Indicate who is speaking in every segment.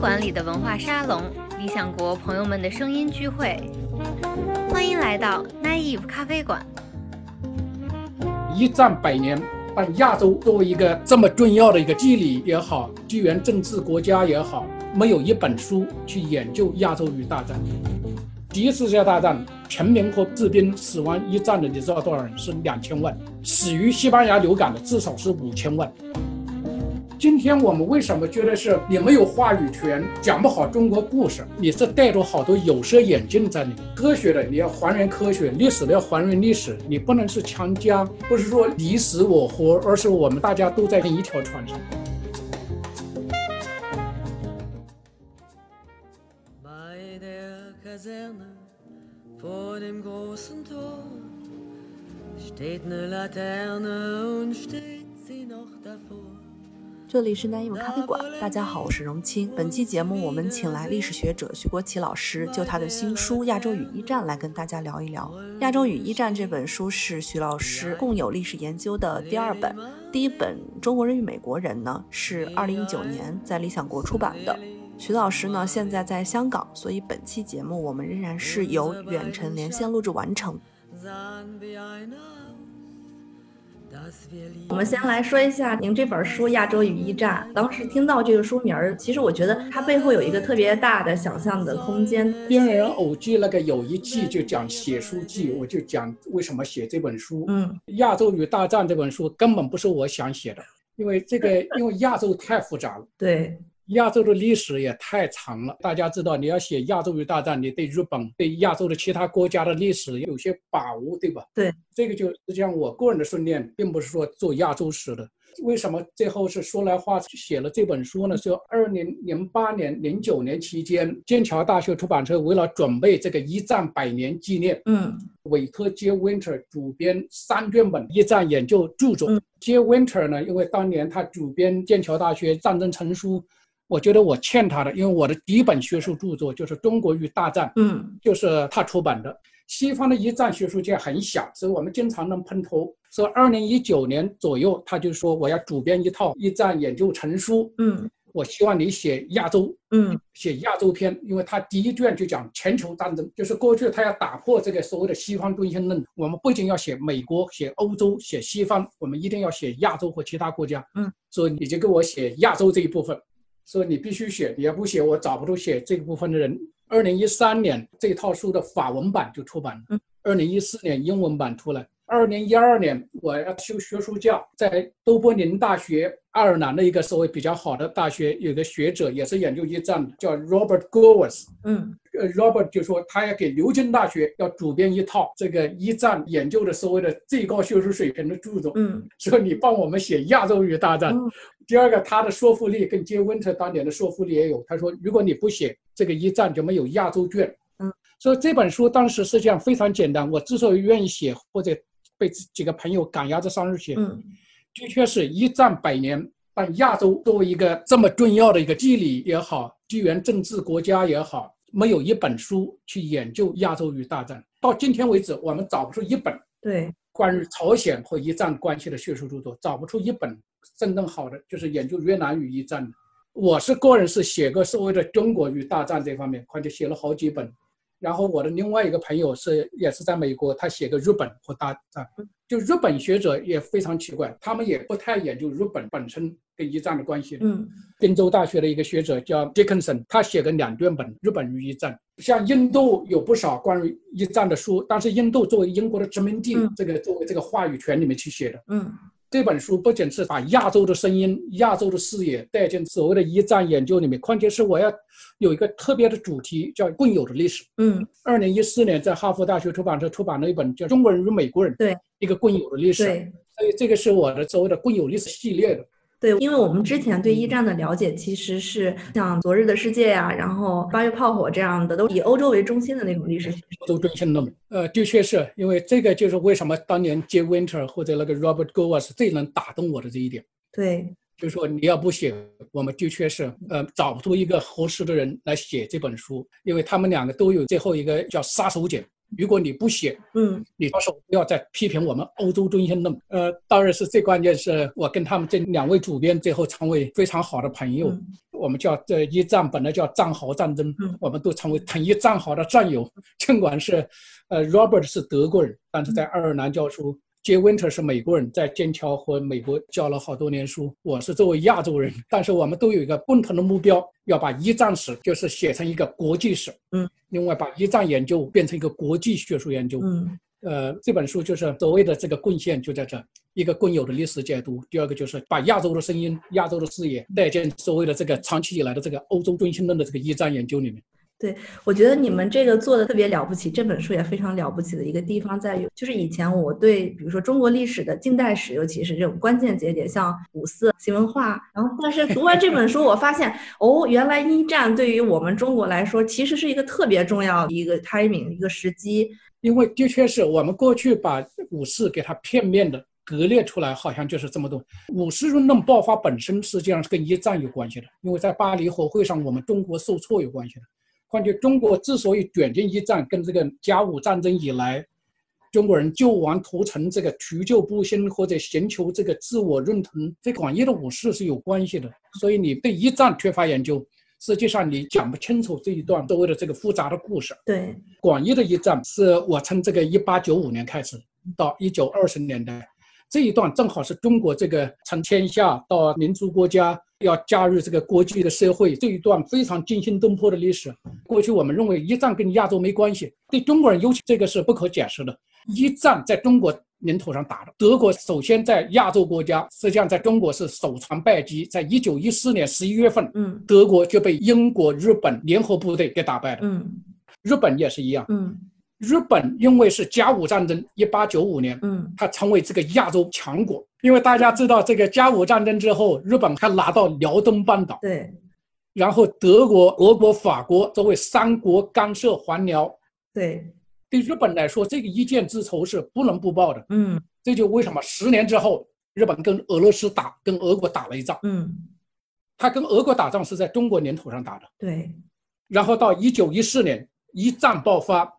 Speaker 1: 馆里的文化沙龙，理想国朋友们的声音聚会。欢迎来到 Naive 咖啡馆。
Speaker 2: 一战百年，但亚洲作为一个这么重要的一个地理也好、地缘政治国家也好，没有一本书去研究亚洲与大战。第一次世界大战，平民和士兵死亡一战的，你知道多少人？是两千万。死于西班牙流感的至少是五千万。今天我们为什么觉得是你没有话语权，讲不好中国故事？你是戴着好多有色眼镜在里面。科学的你要还原科学，历史的要还原历史，你不能是强加，不是说你死我活，而是我们大家都在一条船上。
Speaker 3: Bei der Kaserne vor dem großen Tor steht eine Laterne und steht sie noch davor.
Speaker 4: 这里是南一文咖啡馆，大家好，我是荣清。本期节目我们请来历史学者徐国奇老师，就他的新书《亚洲与一战》来跟大家聊一聊。《亚洲与一战》这本书是徐老师共有历史研究的第二本，第一本《中国人与美国人》呢是二零一九年在理想国出版的。徐老师呢现在在香港，所以本期节目我们仍然是由远程连线录制完成。
Speaker 3: Sahen wir ein aus, dass wir
Speaker 5: 我
Speaker 3: lieben.
Speaker 5: 们先来说一下您这本书《亚洲与一战》。当时听到这个书名儿，其实我觉得它背后有一个特别大的想象的空间。
Speaker 2: 边缘人偶记那个有一季就讲写书记，我就讲为什么写这本书。
Speaker 5: 嗯，
Speaker 2: 《亚洲与大战》这本书根本不是我想写的，因为这个，因为亚洲太复杂了，
Speaker 5: 对，
Speaker 2: 亚洲的历史也太长了。大家知道，你要写《亚洲与大战》，你对日本、对亚洲的其他国家的历史有些把握，对吧？
Speaker 5: 对，
Speaker 2: 这个就实际上我个人的训练，并不是说做亚洲史的。为什么最后是说来话写了这本书呢？是二零零八年、零九年期间，剑桥大学出版社为了准备这个一战百年纪念，
Speaker 5: 嗯，
Speaker 2: 韦特 J. Winter 主编三卷本一战研究著作。
Speaker 5: 嗯
Speaker 2: J. Winter 呢，因为当年他主编剑桥大学战争成书，我觉得我欠他的，因为我的第一本学术著作就是《中国与大战》，
Speaker 5: 嗯，
Speaker 2: 就是他出版的。西方的一战学术界很小，所以我们经常能碰头。所以二零一九年左右，他就说我要主编一套一战研究成书，
Speaker 5: 嗯，
Speaker 2: 我希望你写亚洲
Speaker 5: 嗯，
Speaker 2: 写亚洲篇，因为他第一卷就讲全球战争，就是过去他要打破这个所谓的西方中心论。我们不仅要写美国、写欧洲、写西方，我们一定要写亚洲和其他国家。
Speaker 5: 嗯，
Speaker 2: 所以你就给我写亚洲这一部分，所以你必须写，你要不写，我找不出写这个部分的人。二零一三年这套书的法文版就出版了。二零一四年英文版出来，二零一二年我要修学术教，在都柏林大学爱尔兰的一个所谓比较好的大学，有个学者也是研究一战的，叫 Robert Gowers。
Speaker 5: 嗯，
Speaker 2: 呃，Robert 就说他要给牛津大学要主编一套这个一战研究的所谓的最高学术水平的著作，
Speaker 5: 嗯，
Speaker 2: 说你帮我们写亚洲与大战。
Speaker 5: 嗯
Speaker 2: 第二个，他的说服力跟 J. Winter 当年的说服力也有。他说，如果你不写这个一战，就没有亚洲卷。
Speaker 5: 嗯，
Speaker 2: 所以这本书当时实际上非常简单。我之所以愿意写，或者被几个朋友赶鸭子上树写，
Speaker 5: 嗯，
Speaker 2: 的确是一战百年，但亚洲作为一个这么重要的一个地理也好、地缘政治国家也好，没有一本书去研究亚洲与大战。到今天为止，我们找不出一本
Speaker 5: 对，
Speaker 2: 关于朝鲜和一战关系的学术著作，找不出一本真正好的，就是研究越南与一战的。我是个人是写过所谓的中国与大战这方面，况且写了好几本。然后我的另外一个朋友是也是在美国，他写个日本和大战，就日本学者也非常奇怪，他们也不太研究日本本身跟一战的关系。
Speaker 5: 嗯，
Speaker 2: 宾州大学的一个学者叫 Dickinson，他写个两卷本《日本与一战》。像印度有不少关于一战的书，但是印度作为英国的殖民地，
Speaker 5: 嗯
Speaker 2: 这个作为这个话语权里面去写的。
Speaker 5: 嗯，
Speaker 2: 这本书不仅是把亚洲的声音、亚洲的视野带进所谓的一战研究里面，况且是我要有一个特别的主题，叫共有的历史。
Speaker 5: 嗯，
Speaker 2: 二零一四年在哈佛大学出版社出版了一本叫《中国人与美国人》，
Speaker 5: 对，
Speaker 2: 一个共有的历史。
Speaker 5: 对。
Speaker 2: 所以这个是我的所谓的共有历史系列的。
Speaker 5: 对，因为我们之前对一战的了解其实是像《昨日的世界》呀，然后《八月炮火》这样的，都以欧洲为中心的那种历史学。
Speaker 2: 都中心论。呃，的确是因为这个就是为什么当年 J. Winter 或者那个 Robert Gowas 最能打动我的这一点，
Speaker 5: 对，
Speaker 2: 就是说你要不写，我们的确是呃找不出一个合适的人来写这本书，因为他们两个都有最后一个叫杀手锏。如果你不写，
Speaker 5: 嗯，
Speaker 2: 你到时候不要再批评我们欧洲中心论。呃，当然是最关键是我跟他们这两位主编最后成为非常好的朋友。
Speaker 5: 嗯
Speaker 2: 我们叫这一战本来叫战壕战争，我们都成为统一战壕的战友。 尽管是，呃，Robert 是德国人，但是在
Speaker 5: 嗯
Speaker 2: 爱尔兰教书。杰温特是美国人，在剑桥和美国教了好多年书。我是作为亚洲人，但是我们都有一个共同的目标，要把一战史就是写成一个国际史。
Speaker 5: 嗯，
Speaker 2: 另外把一战研究变成一个国际学术研究。
Speaker 5: 嗯
Speaker 2: 呃，这本书就是所谓的这个贡献就在这儿，一个共有的历史解读，第二个就是把亚洲的声音、亚洲的视野带进所谓的这个长期以来的这个欧洲中心论的这个一战研究里面。
Speaker 5: 我觉得你们这个做的特别了不起，这本书也非常了不起的一个地方在于，就是以前我对比如说中国历史的近代史，尤其是这种关键节点，像五四、新文化，然后但是读完这本书，我发现哦，原来一战对于我们中国来说，其实是一个特别重要的一个 timing，一个时机。
Speaker 2: 因为的确是我们过去把五四给它片面的割裂出来，好像就是这么多。五四运动爆发本身实际上是跟一战有关系的，因为在巴黎火会上我们中国受挫有关系的。换句，中国之所以卷进一战，跟这个甲午战争以来，中国人救亡图存这个除旧布新或者寻求这个自我认同这广义的五四是有关系的。所以你对一战缺乏研究，实际上你讲不清楚这一段所谓的这个复杂的故事。
Speaker 5: 对，
Speaker 2: 广义的一战是我从这个一八九五年开始到一九二十年代这一段，正好是中国这个从天下到民族国家要加入这个国际的社会这一段非常惊心动魄的历史。过去我们认为一战跟亚洲没关系，对中国人尤其这个是不可解释的。一战在中国领土上打的，德国首先在亚洲国家，实际上在中国是首船败绩，在一九一四年十一月份，
Speaker 5: 嗯
Speaker 2: 德国就被英国、日本联合部队给打败了。
Speaker 5: 嗯
Speaker 2: 日本也是一样。
Speaker 5: 嗯
Speaker 2: 日本因为是甲午战争，一八九五年，
Speaker 5: 嗯
Speaker 2: 它成为这个亚洲强国。因为大家知道，这个甲午战争之后，日本还拿到辽东半岛，
Speaker 5: 对
Speaker 2: 然后德国、俄国、法国作为三国干涉还辽。
Speaker 5: 对，
Speaker 2: 对日本来说，这个一箭之仇是不能不报的。
Speaker 5: 嗯
Speaker 2: 这就为什么十年之后，日本跟俄罗斯打，跟俄国打了一仗。
Speaker 5: 嗯
Speaker 2: 他跟俄国打仗是在中国领土上打的。
Speaker 5: 对，
Speaker 2: 然后到一九一四年一战爆发，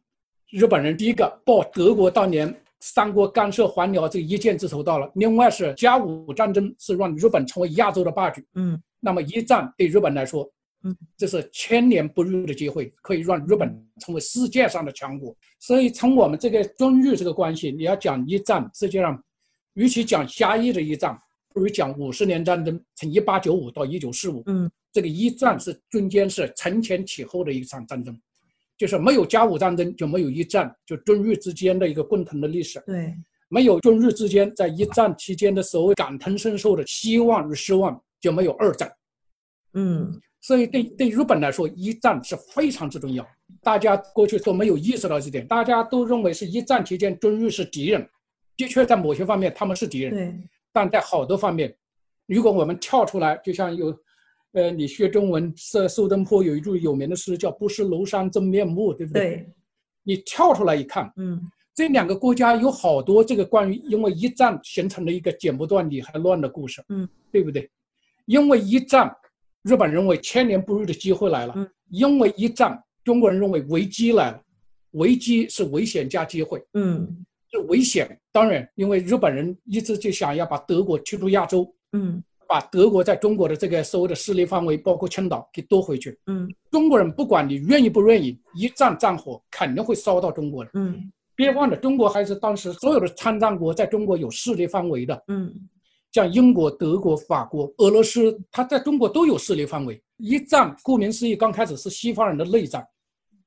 Speaker 2: 日本人第一个报德国当年三国干涉还辽这个一箭之仇到了，另外是甲午战争是让日本成为亚洲的霸主。
Speaker 5: 嗯
Speaker 2: 那么一战对日本来说，
Speaker 5: 嗯，
Speaker 2: 这是千年不遇的机会，可以让日本成为世界上的强国。所以从我们这个中日这个关系，你要讲一战，实际上，与其讲狭义的一战，不如讲五十年战争，从一八九五到一九四五。
Speaker 5: 嗯，
Speaker 2: 这个一战是中间是承前启后的一场战争，就是没有甲午战争就没有一战，就中日之间的一个共同的历史。
Speaker 5: 对
Speaker 2: 没有中日之间在一战期间的所谓感同身受的希望与失望，就没有二战。
Speaker 5: 嗯
Speaker 2: 所以对对日本来说，一战是非常之重要。大家过去都没有意识到这点，大家都认为是一战期间中日是敌人，的确在某些方面他们是敌人，
Speaker 5: 对
Speaker 2: 但在好多方面，如果我们跳出来，就像有，呃，你学中文，是苏东坡有一句有名的诗叫“不识庐山真面目”，对不对？
Speaker 5: 对，
Speaker 2: 你跳出来一看，
Speaker 5: 嗯
Speaker 2: 这两个国家有好多这个关于因为一战形成了一个剪不断理还乱的故事，
Speaker 5: 嗯，
Speaker 2: 对不对？因为一战，日本认为千年不遇的机会来了，
Speaker 5: 嗯
Speaker 2: 因为一战，中国人认为危机来了，危机是危险加机会，
Speaker 5: 嗯
Speaker 2: 是危险。当然，因为日本人一直就想要把德国驱逐亚洲，
Speaker 5: 嗯
Speaker 2: 把德国在中国的这个所谓的势力范围，包括青岛给夺回去。
Speaker 5: 嗯
Speaker 2: 中国人不管你愿意不愿意，一战战火肯定会烧到中国的。
Speaker 5: 嗯
Speaker 2: 别忘了，中国还是当时所有的参战国在中国有势力范围的，
Speaker 5: 嗯
Speaker 2: 像英国、德国、法国、俄罗斯，它在中国都有势力范围。一战，顾名思义，刚开始是西方人的内战，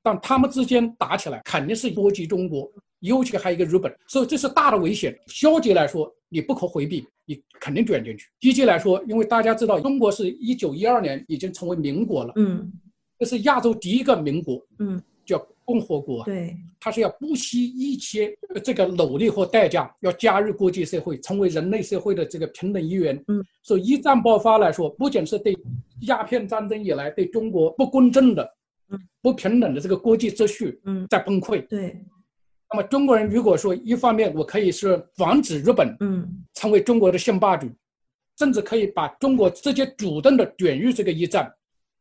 Speaker 2: 但他们之间打起来肯定是波及中国，尤其还有一个日本，所以这是大的危险。消极来说，你不可回避，你肯定卷进去；积极来说，因为大家知道，中国是一九一二年已经成为民国了，
Speaker 5: 嗯
Speaker 2: 这是亚洲第一个民国，
Speaker 5: 嗯，
Speaker 2: 叫共和国啊。
Speaker 5: 对，
Speaker 2: 他是要不惜一切呃这个努力和代价，要加入国际社会，成为人类社会的这个平等一员。
Speaker 5: 嗯，
Speaker 2: 所以一战爆发来说，不仅是对鸦片战争以来对中国不公正的、
Speaker 5: 嗯
Speaker 2: 不平等的这个国际秩序
Speaker 5: 嗯
Speaker 2: 在崩溃。
Speaker 5: 对，
Speaker 2: 那么中国人如果说一方面我可以是防止日本
Speaker 5: 嗯
Speaker 2: 成为中国的性霸主，甚至可以把中国直接主动的卷入这个一战，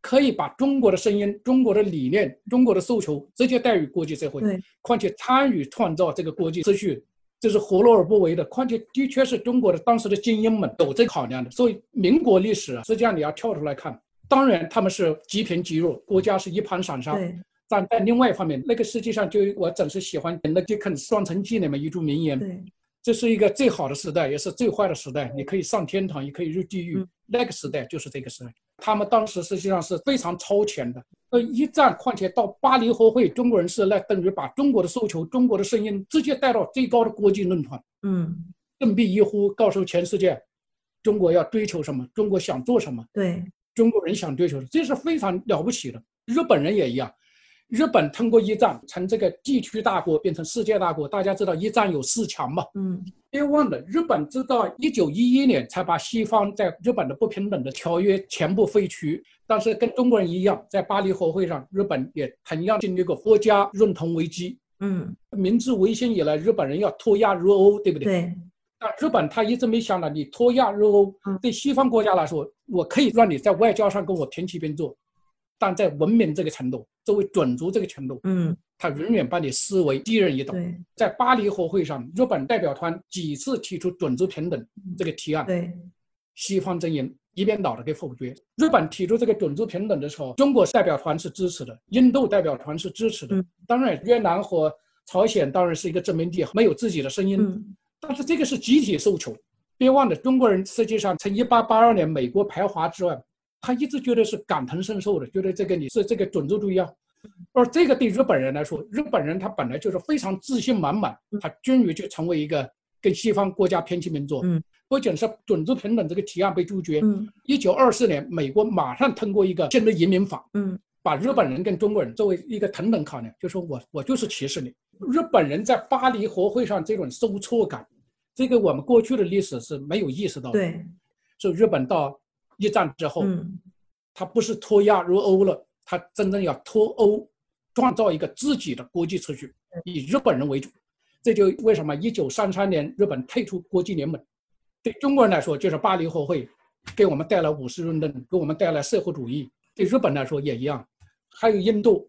Speaker 2: 可以把中国的声音、中国的理念、中国的诉求直接带入国际社会
Speaker 5: 对，
Speaker 2: 况且参与创造这个国际秩序，这是何乐而不为的？况且的确是中国的当时的精英们有这个考量的，所以民国历史啊，实际上你要跳出来看。当然他们是积贫积弱，国家是一盘散沙。
Speaker 5: 对
Speaker 2: 但在另外一方面，那个世界上就我总是喜欢那杰肯《双城记》里面一句名言，
Speaker 5: 对
Speaker 2: 这是一个最好的时代，也是最坏的时代。你可以上天堂，也可以入地狱。
Speaker 4: 嗯
Speaker 2: 那个时代就是这个时代。他们当时实际上是非常超前的。呃，一战，况且到巴黎和会，中国人是那等于把中国的诉求、中国的声音直接带到最高的国际论坛，
Speaker 5: 嗯
Speaker 2: 振臂一呼，告诉全世界，中国要追求什么，中国想做什么。
Speaker 5: 对
Speaker 2: 中国人想追求的，这是非常了不起的。日本人也一样，日本通过一战从这个地区大国变成世界大国。大家知道一战有四强嘛？
Speaker 5: 嗯
Speaker 2: 别忘了，日本直到一九一一年才把西方在日本的不平等的条约全部废除。但是跟中国人一样，在巴黎和会上，日本也同样经历过国家认同危机。
Speaker 5: 嗯
Speaker 2: 明治维新以来，日本人要脱亚入欧，对不对？
Speaker 5: 对
Speaker 2: 但日本他一直没想到，你脱亚入欧
Speaker 5: 嗯，
Speaker 2: 对西方国家来说，我可以让你在外交上跟我平起平坐，但在文明这个程度，作为种族这个程度，
Speaker 5: 嗯
Speaker 2: 他永远把你视为低人一等。
Speaker 5: 对
Speaker 2: 在巴黎和会上，日本代表团几次提出种族平等这个提案，
Speaker 5: 嗯对
Speaker 2: 西方阵营一边倒的给否决。日本提出这个种族平等的时候，中国代表团是支持的，印度代表团是支持的
Speaker 5: 嗯。
Speaker 2: 当然，越南和朝鲜当然是一个殖民地，没有自己的声音。
Speaker 5: 嗯
Speaker 2: 但是这个是集体诉求。别忘了，中国人实际上从一八八二年美国排华之外，他一直觉得是感同身受的，觉得这个你是这个种族主义啊。而这个对日本人来说，日本人他本来就是非常自信满满，
Speaker 5: 嗯
Speaker 2: 他终于就成为一个跟西方国家平起平坐
Speaker 5: 嗯。
Speaker 2: 不仅是种族平等这个提案被拒绝，
Speaker 5: 嗯
Speaker 2: 一九二四年美国马上通过一个新的移民法，
Speaker 5: 嗯
Speaker 2: 把日本人跟中国人作为一个同等考量，就说我我就是歧视你。日本人在巴黎和会上这种受挫感，这个我们过去的历史是没有意识到的。，
Speaker 5: 对
Speaker 2: 所以日本到一战之后，
Speaker 5: 嗯
Speaker 2: 他不是脱亚入欧了，他真正要脱欧，创造一个自己的国际秩序，以日本人为主。这就为什么一九三三年日本退出国际联盟，对中国人来说就是巴黎和会，给我们带来五四运动，给我们带来社会主义；对日本来说也一样。还有印度，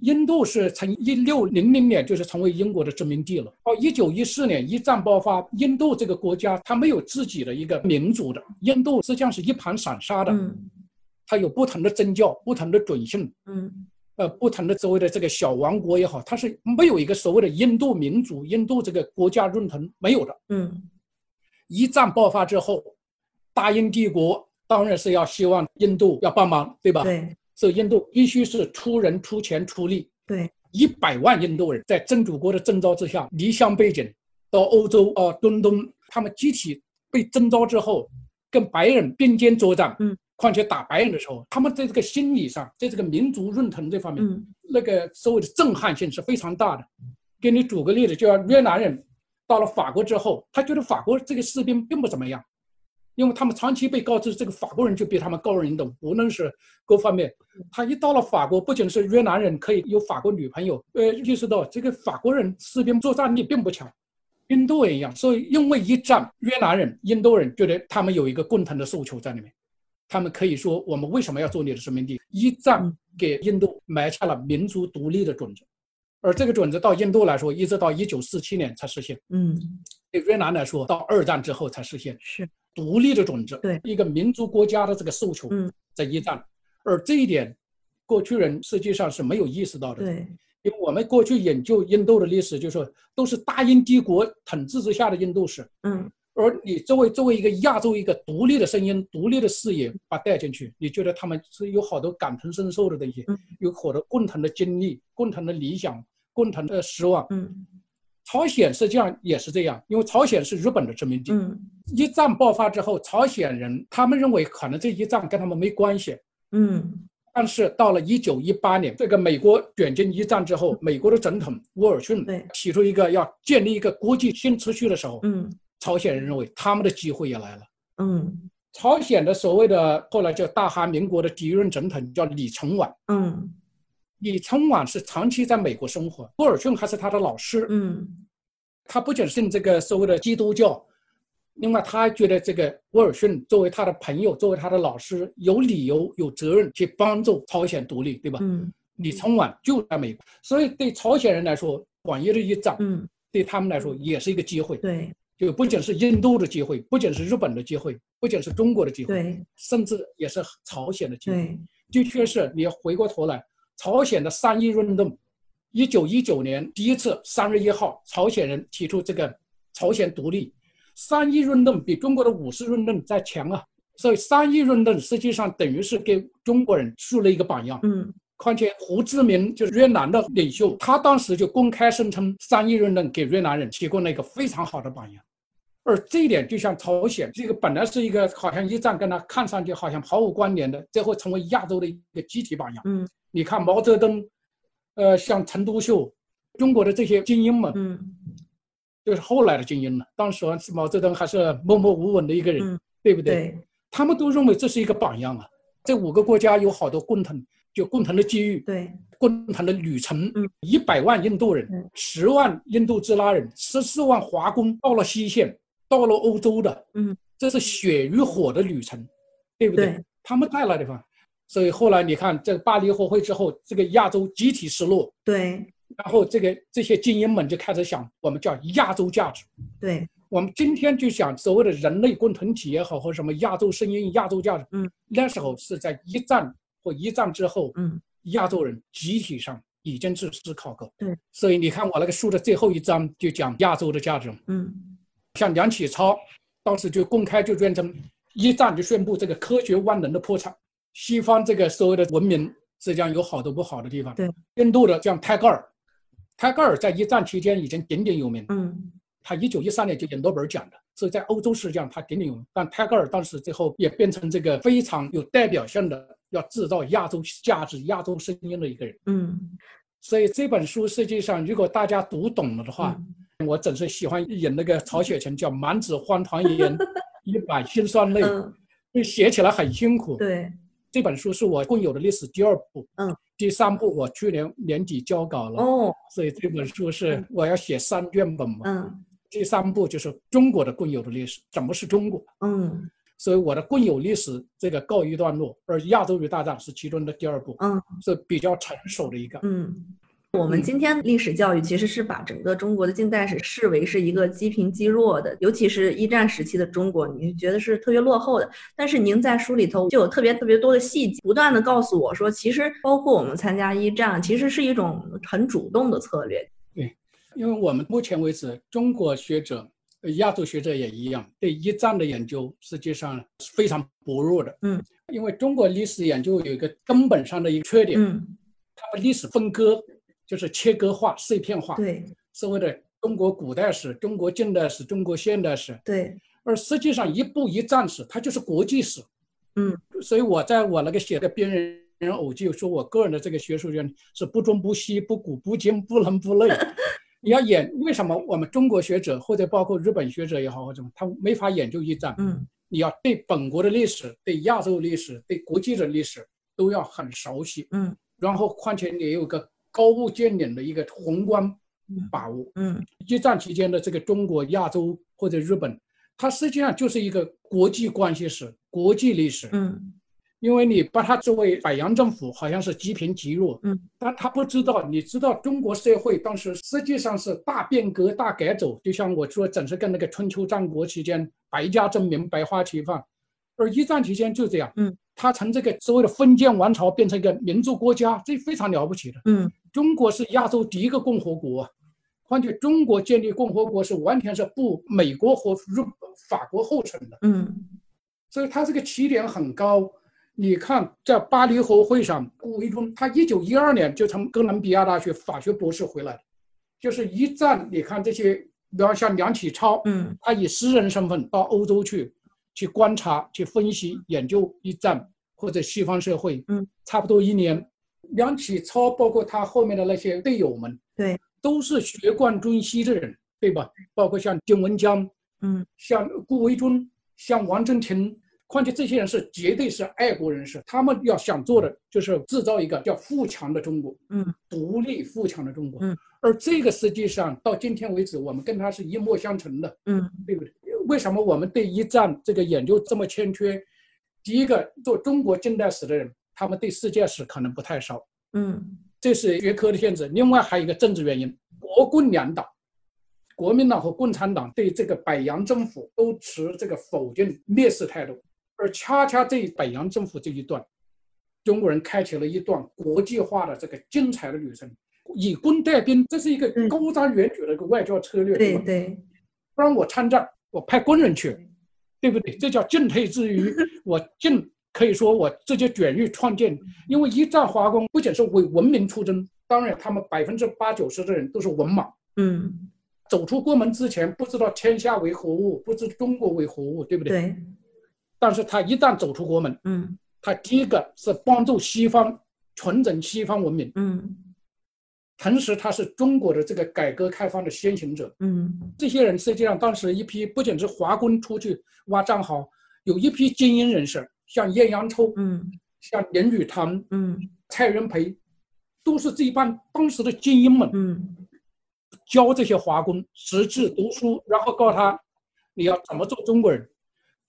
Speaker 2: 印度是从一六零零年就是成为英国的殖民地了。到一九一四年一战爆发，印度这个国家它没有自己的一个民族的，印度实际上是一盘散沙的。
Speaker 5: 嗯
Speaker 2: 它有不同的宗教、不同的种姓，
Speaker 5: 嗯
Speaker 2: 呃，不同的所谓的这个小王国也好，它是没有一个所谓的印度民族、印度这个国家认同没有的。
Speaker 5: 嗯
Speaker 2: 一战爆发之后，大英帝国当然是要希望印度要帮忙，对吧？。
Speaker 5: 对
Speaker 2: 所以印度必须是出人、出钱、出力。
Speaker 5: 对。
Speaker 2: 一百万印度人在真主国的征召之下，离乡背井到欧洲啊、中东，他们集体被征召之后，跟白人并肩作战。
Speaker 5: 嗯。
Speaker 2: 况且打白人的时候，他们在这个心理上，在这个民族认同这方面，
Speaker 5: 嗯
Speaker 2: 那个所谓的震撼性是非常大的。给你举个例子，就像越南人到了法国之后，他觉得法国这个士兵并不怎么样，因为他们长期被告知这个法国人就比他们高人一等，无论是各方面。他一到了法国，不仅是越南人可以有法国女朋友，呃，意识到这个法国人士兵作战力并不强。印度也一样，所以因为一战，越南人、印度人觉得他们有一个共同的诉求在里面，他们可以说我们为什么要做你的殖民地？一战
Speaker 5: 嗯
Speaker 2: 给印度埋下了民族独立的种子，而这个种子到印度来说，一直到一九四七年才实现；
Speaker 5: 嗯
Speaker 2: 对越南来说，到二战之后才实现。
Speaker 5: 是
Speaker 2: 独立的种子，
Speaker 5: 对
Speaker 2: 一个民族国家的这个诉求，
Speaker 5: 嗯，
Speaker 2: 在一战，而这一点，过去人实际上是没有意识到的，，
Speaker 5: 对
Speaker 2: 因为我们过去研究印度的历史，就是说都是大英帝国统治之下的印度史，
Speaker 5: 嗯
Speaker 2: 而你作为作为一个亚洲一个独立的声音、独立的视野，把它带进去，你觉得他们是有好多感同身受的东西
Speaker 5: 嗯，
Speaker 2: 有好多共同的经历、共同的理想、共同的失望。
Speaker 5: 嗯
Speaker 2: 朝鲜实际上也是这样，因为朝鲜是日本的殖民地，
Speaker 5: 嗯
Speaker 2: 一战爆发之后，朝鲜人他们认为可能这一战跟他们没关系，
Speaker 5: 嗯
Speaker 2: 但是到了一九一八年，这个美国卷进一战之后，美国的总统威尔逊
Speaker 5: 嗯对
Speaker 2: 提出一个要建立一个国际新秩序的时候，
Speaker 5: 嗯
Speaker 2: 朝鲜人认为他们的机会也来了。
Speaker 5: 嗯
Speaker 2: 朝鲜的所谓的后来叫大韩民国的第一任总统叫李承晚，
Speaker 5: 嗯
Speaker 2: 李承晚是长期在美国生活，威尔逊还是他的老师，
Speaker 5: 嗯
Speaker 2: 他不仅信这个所谓的基督教，另外他还觉得这个威尔逊作为他的朋友，作为他的老师，有理由、有责任去帮助朝鲜独立，对吧？
Speaker 5: 嗯
Speaker 2: 李承晚就在美国，所以对朝鲜人来说，广义的一战
Speaker 5: 嗯
Speaker 2: 对他们来说也是一个机会。
Speaker 5: 对
Speaker 2: 就不仅是印度的机会，不仅是日本的机会，不仅是中国的机会，
Speaker 5: 对
Speaker 2: 甚至也是朝鲜的机会。
Speaker 5: 对
Speaker 2: 的确是你回过头来，朝鲜的三一运动，一九一九年第一次三月一号，朝鲜人提出这个朝鲜独立，三一运动比中国的五四运动在强啊，所以三一运动实际上等于是给中国人树了一个榜样。
Speaker 5: 嗯
Speaker 2: 况且胡志明就是越南的领袖，他当时就公开声称三一运动给越南人提供了一个非常好的榜样。而这一点，就像朝鲜这个本来是一个好像一战跟他看上去好像毫无关联的，最后成为亚洲的一个集体榜样。
Speaker 5: 嗯
Speaker 2: 你看毛泽东，呃，像陈独秀，中国的这些精英们，
Speaker 5: 嗯
Speaker 2: 就是后来的精英了。当时是毛泽东还是默默无闻的一个人，
Speaker 5: 嗯
Speaker 2: 对不对？
Speaker 5: 对
Speaker 2: 他们都认为这是一个榜样啊。这五个国家有好多共同，有共同的机遇，
Speaker 5: 对
Speaker 2: 共同的旅程
Speaker 5: 嗯，
Speaker 2: 一百万印度人
Speaker 5: 嗯，
Speaker 2: 十万印度支那人，十四万华工到了西线，到了欧洲的，
Speaker 5: 嗯，
Speaker 2: 这是血与火的旅程，对不
Speaker 5: 对
Speaker 2: 他们带来的嘛，所以后来你看，这个巴黎和会之后，这个亚洲集体失落，
Speaker 5: 对
Speaker 2: 然后这个这些精英们就开始想，我们叫亚洲价值。
Speaker 5: 对
Speaker 2: 我们今天就想所谓的人类共同体也好，或什么亚洲声音、亚洲价值，
Speaker 5: 嗯，
Speaker 2: 那时候是在一战或一战之后，
Speaker 5: 嗯，
Speaker 2: 亚洲人集体上已经去思考过，
Speaker 5: 对，
Speaker 2: 所以你看我那个书的最后一章就讲亚洲的价值，
Speaker 5: 嗯
Speaker 2: 像梁启超当时就公开就宣称，一战就宣布这个科学万能的破产，西方这个所谓的文明实际上有好多不好的地方，
Speaker 5: 对，
Speaker 2: 印度的像泰戈尔，泰戈尔在一战期间已经鼎鼎有名，
Speaker 5: 嗯
Speaker 2: 他一九一三年就赢诺贝尔奖的，所以在欧洲实际上他鼎鼎有名。但泰戈尔当时最后也变成这个非常有代表性的，要制造亚洲价值、亚洲声音的一个人。
Speaker 5: 嗯
Speaker 2: 所以这本书实际上，如果大家读懂了的话，
Speaker 5: 嗯
Speaker 2: 我总是喜欢引那个曹雪芹叫“满纸荒唐 言，一百辛酸泪”，
Speaker 5: 嗯
Speaker 2: 就写起来很辛苦。
Speaker 5: 对
Speaker 2: 这本书是我共有的历史第二部，
Speaker 5: 嗯，
Speaker 2: 第三部我去年年底交稿了，
Speaker 5: 哦
Speaker 2: 所以这本书是我要写三卷本嘛，
Speaker 5: 嗯
Speaker 2: 第三步就是中国的共有的历史，怎么是中国？
Speaker 5: 嗯
Speaker 2: 所以我的共有历史这个告一段落，而亚洲与大战是其中的第二步，
Speaker 5: 嗯，
Speaker 2: 是比较成熟的一个。
Speaker 5: 嗯，我们今天历史教育其实是把整个中国的近代史视为是一个积贫积弱的，尤其是一战时期的中国，你觉得是特别落后的。但是您在书里头就有特别特别多的细节，不断的告诉我说，其实包括我们参加一战，其实是一种很主动的策略。
Speaker 2: 因为我们目前为止，中国学者、呃亚洲学者也一样，对一战的研究实际上是非常薄弱的。
Speaker 5: 嗯，
Speaker 2: 因为中国历史研究有一个根本上的一个缺点，
Speaker 5: 嗯，
Speaker 2: 它把历史分割，就是切割化、碎片化，
Speaker 5: 对
Speaker 2: 所谓的中国古代史、中国近代史、中国现代史，
Speaker 5: 对，
Speaker 2: 而实际上一步一战史，它就是国际史。
Speaker 5: 嗯，
Speaker 2: 所以我在我那个写的《边缘偶记》说，我个人的这个学术原理是不忠不息、不古不今、不伦不类。 你要演为什么我们中国学者或者包括日本学者也好或者什么，他没法研究一战。
Speaker 5: 嗯
Speaker 2: 你要对本国的历史、对亚洲历史、对国际的历史都要很熟悉，
Speaker 5: 嗯
Speaker 2: 然后况且你有个高屋建瓴的一个宏观把握。
Speaker 5: 嗯
Speaker 2: 一战期间的这个中国、亚洲或者日本，它实际上就是一个国际关系史、国际历史。
Speaker 5: 嗯
Speaker 2: 因为你把它作为北洋政府，好像是积贫积弱，
Speaker 5: 嗯，
Speaker 2: 但他不知道，你知道中国社会当时实际上是大变革、大改走，就像我说，整是跟那个春秋战国期间百家争鸣、百花齐放，而一战期间就这样，
Speaker 5: 嗯，
Speaker 2: 他从这个所谓的封建王朝变成一个民族国家，这非常了不起的。
Speaker 5: 嗯
Speaker 2: 中国是亚洲第一个共和国，况且中国建立共和国是完全是步美国和日本法国后尘的，
Speaker 5: 嗯
Speaker 2: 所以它这个起点很高。你看，在巴黎和会上，顾维钧他一九一二年就从哥伦比亚大学法学博士回来的，就是一战，你看这些，比方像梁启超，
Speaker 5: 嗯
Speaker 2: 他以私人身份到欧洲去，去观察、去分析、研究一战或者西方社会，
Speaker 5: 嗯，
Speaker 2: 差不多一年。梁启超包括他后面的那些队友们，
Speaker 5: 对，
Speaker 2: 都是学贯中西的人，对吧？包括像丁文江，
Speaker 5: 嗯
Speaker 2: 像顾维钧，像王振廷，况且这些人是绝对是爱国人士，他们要想做的就是制造一个叫富强的中国，
Speaker 5: 嗯，
Speaker 2: 独立富强的中国，
Speaker 5: 嗯，
Speaker 2: 而这个实际上到今天为止，我们跟他是一脉相承的，
Speaker 5: 嗯
Speaker 2: 对不对？为什么我们对一战这个研究这么欠缺？第一个，做中国近代史的人，他们对世界史可能不太熟，
Speaker 5: 嗯
Speaker 2: 这是学科的限制。另外还有一个政治原因，国共两党，国民党和共产党对这个北洋政府都持这个否定、蔑视态度，而恰恰这北洋政府这一段，中国人开启了一段国际化的这个精彩的旅程，以工带兵，这是一个
Speaker 5: 嗯
Speaker 2: 高瞻远瞩的一个外交策略，
Speaker 5: 对
Speaker 2: 吧？
Speaker 5: 对，
Speaker 2: 不让我参战，我派工人去，对不对？这叫进退之余，我进可以说我直接卷入创建，因为一战华工不仅是为文明出征，当然他们百分之八九十的人都是文盲。
Speaker 5: 嗯，
Speaker 2: 走出国门之前，不知道天下为何物，不知中国为何物，对不对？
Speaker 5: 对，
Speaker 2: 但是他一旦走出国门，
Speaker 5: 嗯
Speaker 2: 他第一个是帮助西方重整西方文明，
Speaker 5: 嗯
Speaker 2: 同时他是中国的这个改革开放的先行者。
Speaker 5: 嗯
Speaker 2: 这些人实际上当时一批不仅是华工出去挖战壕，有一批精英人士，像晏阳初、
Speaker 5: 嗯
Speaker 2: 像林语堂、
Speaker 5: 嗯
Speaker 2: 蔡元培，都是这一帮当时的精英们
Speaker 5: 嗯
Speaker 2: 教这些华工识字读书，然后告他你要怎么做中国人。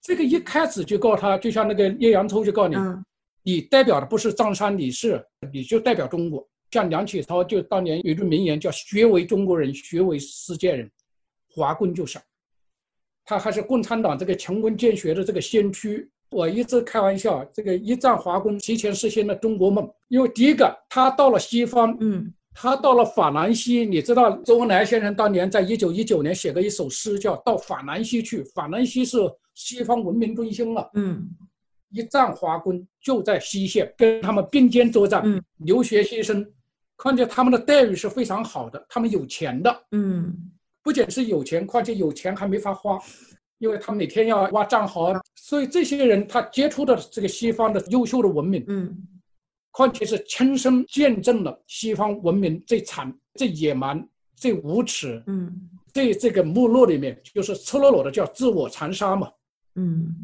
Speaker 2: 这个一开始就告他，就像那个晏阳初就告你，
Speaker 5: 嗯
Speaker 2: 你代表的不是张三李四，你就代表中国。像梁启超就当年有一句名言叫“学为中国人，学为世界人”，华工就是。他还是共产党这个勤工俭学的这个先驱。我一直开玩笑，这个一战华工提前实现了中国梦，因为第一个他到了西方，
Speaker 5: 嗯
Speaker 2: 他到了法兰西，你知道周恩来先生当年在一九一九年写过一首诗，叫《到法兰西去》，法兰西是西方文明中心了。
Speaker 5: 嗯
Speaker 2: 一战华工就在西线跟他们并肩作战，
Speaker 5: 嗯
Speaker 2: 留学牺牲，况且他们的待遇是非常好的，他们有钱的，
Speaker 5: 嗯
Speaker 2: 不仅是有钱，况且有钱还没法花，因为他们每天要挖战壕，啊所以这些人他接触的这个西方的优秀的文明，
Speaker 5: 嗯
Speaker 2: 况且是亲身见证了西方文明最惨、最野蛮、最无耻、
Speaker 5: 嗯
Speaker 2: 最这个没落里面，就是赤裸裸的叫自我残杀嘛。
Speaker 5: 嗯，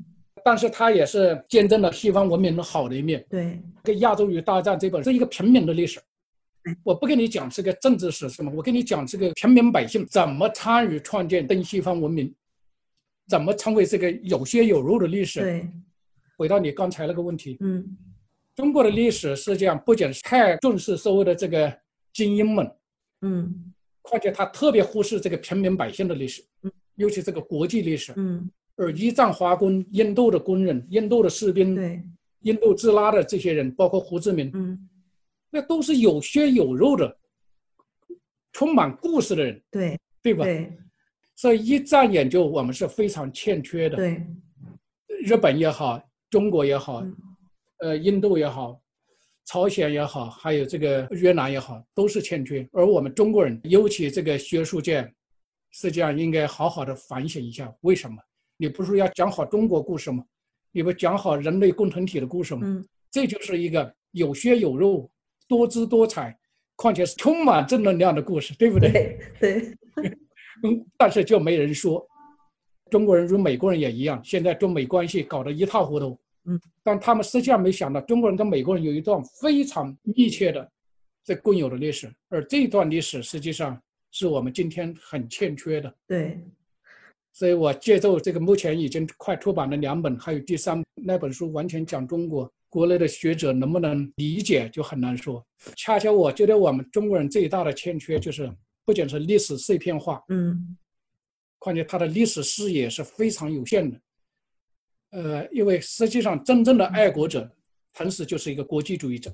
Speaker 2: 但是他也是见证了西方文明的好的一面。
Speaker 5: 对，
Speaker 2: 跟亚洲与大战这本是一个平民的历史。
Speaker 5: 嗯
Speaker 2: 我不跟你讲这个政治史什么，我跟你讲这个平民百姓怎么参与创建东西方文明，怎么成为这个有血有肉的历史。
Speaker 5: 对，
Speaker 2: 回到你刚才那个问题，
Speaker 5: 嗯
Speaker 2: 中国的历史实际上不仅是太重视所谓的这个精英们，
Speaker 5: 嗯
Speaker 2: 况且他特别忽视这个平民百姓的历史
Speaker 5: 嗯，
Speaker 2: 尤其这个国际历史。
Speaker 5: 嗯，
Speaker 2: 而一战华工、印度的工人、印度的士兵、
Speaker 5: 对，
Speaker 2: 印度支那的这些人，包括胡志明，
Speaker 5: 嗯
Speaker 2: 那都是有血有肉的，充满故事的人，
Speaker 5: 对
Speaker 2: 对吧？
Speaker 5: 对
Speaker 2: 所以一战研究我们是非常欠缺的，
Speaker 5: 对，
Speaker 2: 日本也好，中国也好
Speaker 5: 嗯，
Speaker 2: 呃，印度也好，朝鲜也好，还有这个越南也好，都是欠缺。而我们中国人，尤其这个学术界，实际上应该好好的反省一下，为什么？你不是要讲好中国故事吗？你不讲好人类共同体的故事吗？
Speaker 5: 嗯
Speaker 2: 这就是一个有血有肉、多姿多彩，况且是充满正能量的故事，对不对？
Speaker 5: 对对，
Speaker 2: 嗯，但是就没人说。中国人如美国人也一样，现在中美关系搞得一塌糊涂。
Speaker 5: 嗯，
Speaker 2: 但他们实际上没想到，中国人跟美国人有一段非常密切的这共有的历史，而这段历史实际上是我们今天很欠缺的。
Speaker 5: 对，
Speaker 2: 所以我借助这个目前已经快出版的两本，还有第三那本书，完全讲中国国内的学者能不能理解就很难说。恰恰我觉得我们中国人最大的欠缺就是，不仅是历史碎片化，
Speaker 5: 嗯
Speaker 2: 况且他的历史视野是非常有限的。呃，因为实际上真正的爱国者，同时就是一个国际主义者。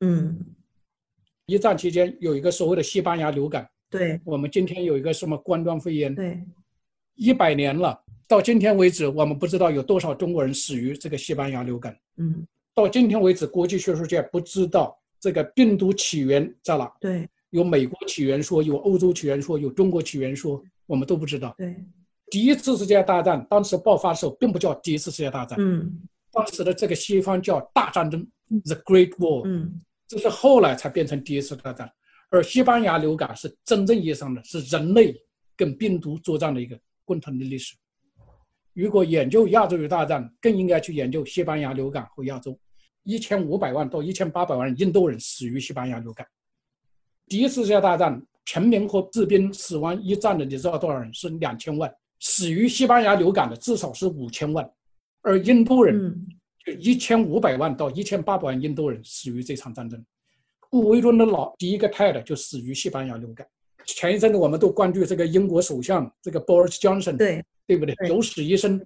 Speaker 5: 嗯，
Speaker 2: 一战期间有一个所谓的西班牙流感，
Speaker 5: 对
Speaker 2: 我们今天有一个什么冠状肺炎，
Speaker 5: 对
Speaker 2: 一百年了，到今天为止，我们不知道有多少中国人死于这个西班牙流感。
Speaker 5: 嗯
Speaker 2: 到今天为止，国际学术界不知道这个病毒起源在哪，
Speaker 5: 对
Speaker 2: 有美国起源说，有欧洲起源说，有中国起源说，我们都不知道。
Speaker 5: 对，
Speaker 2: 第一次世界大战当时爆发的时候，并不叫第一次世界大战，
Speaker 5: 嗯
Speaker 2: 当时的这个西方叫大战争 （The Great War），、
Speaker 5: 嗯
Speaker 2: 这是后来才变成第一次大战。而西班牙流感是真正意义上的是人类跟病毒作战的一个共同的历史。如果研究亚洲与大战，更应该去研究西班牙流感和亚洲。一千五百万到一千八百万印度人死于西班牙流感。第一次世界大战，平民和士兵死亡一战的，你知道多少人？是两千万。死于西班牙流感的至少是五千万，而印度人
Speaker 5: 嗯
Speaker 2: 一千五百万到一千八百万印度人死于这场战争。顾维钧的老第一个太太就死于西班牙流感，前一阵子我们都关注这个英国首相这个 Boris Johnson，
Speaker 5: 对
Speaker 2: 对不对？
Speaker 5: 对
Speaker 2: 九死一生，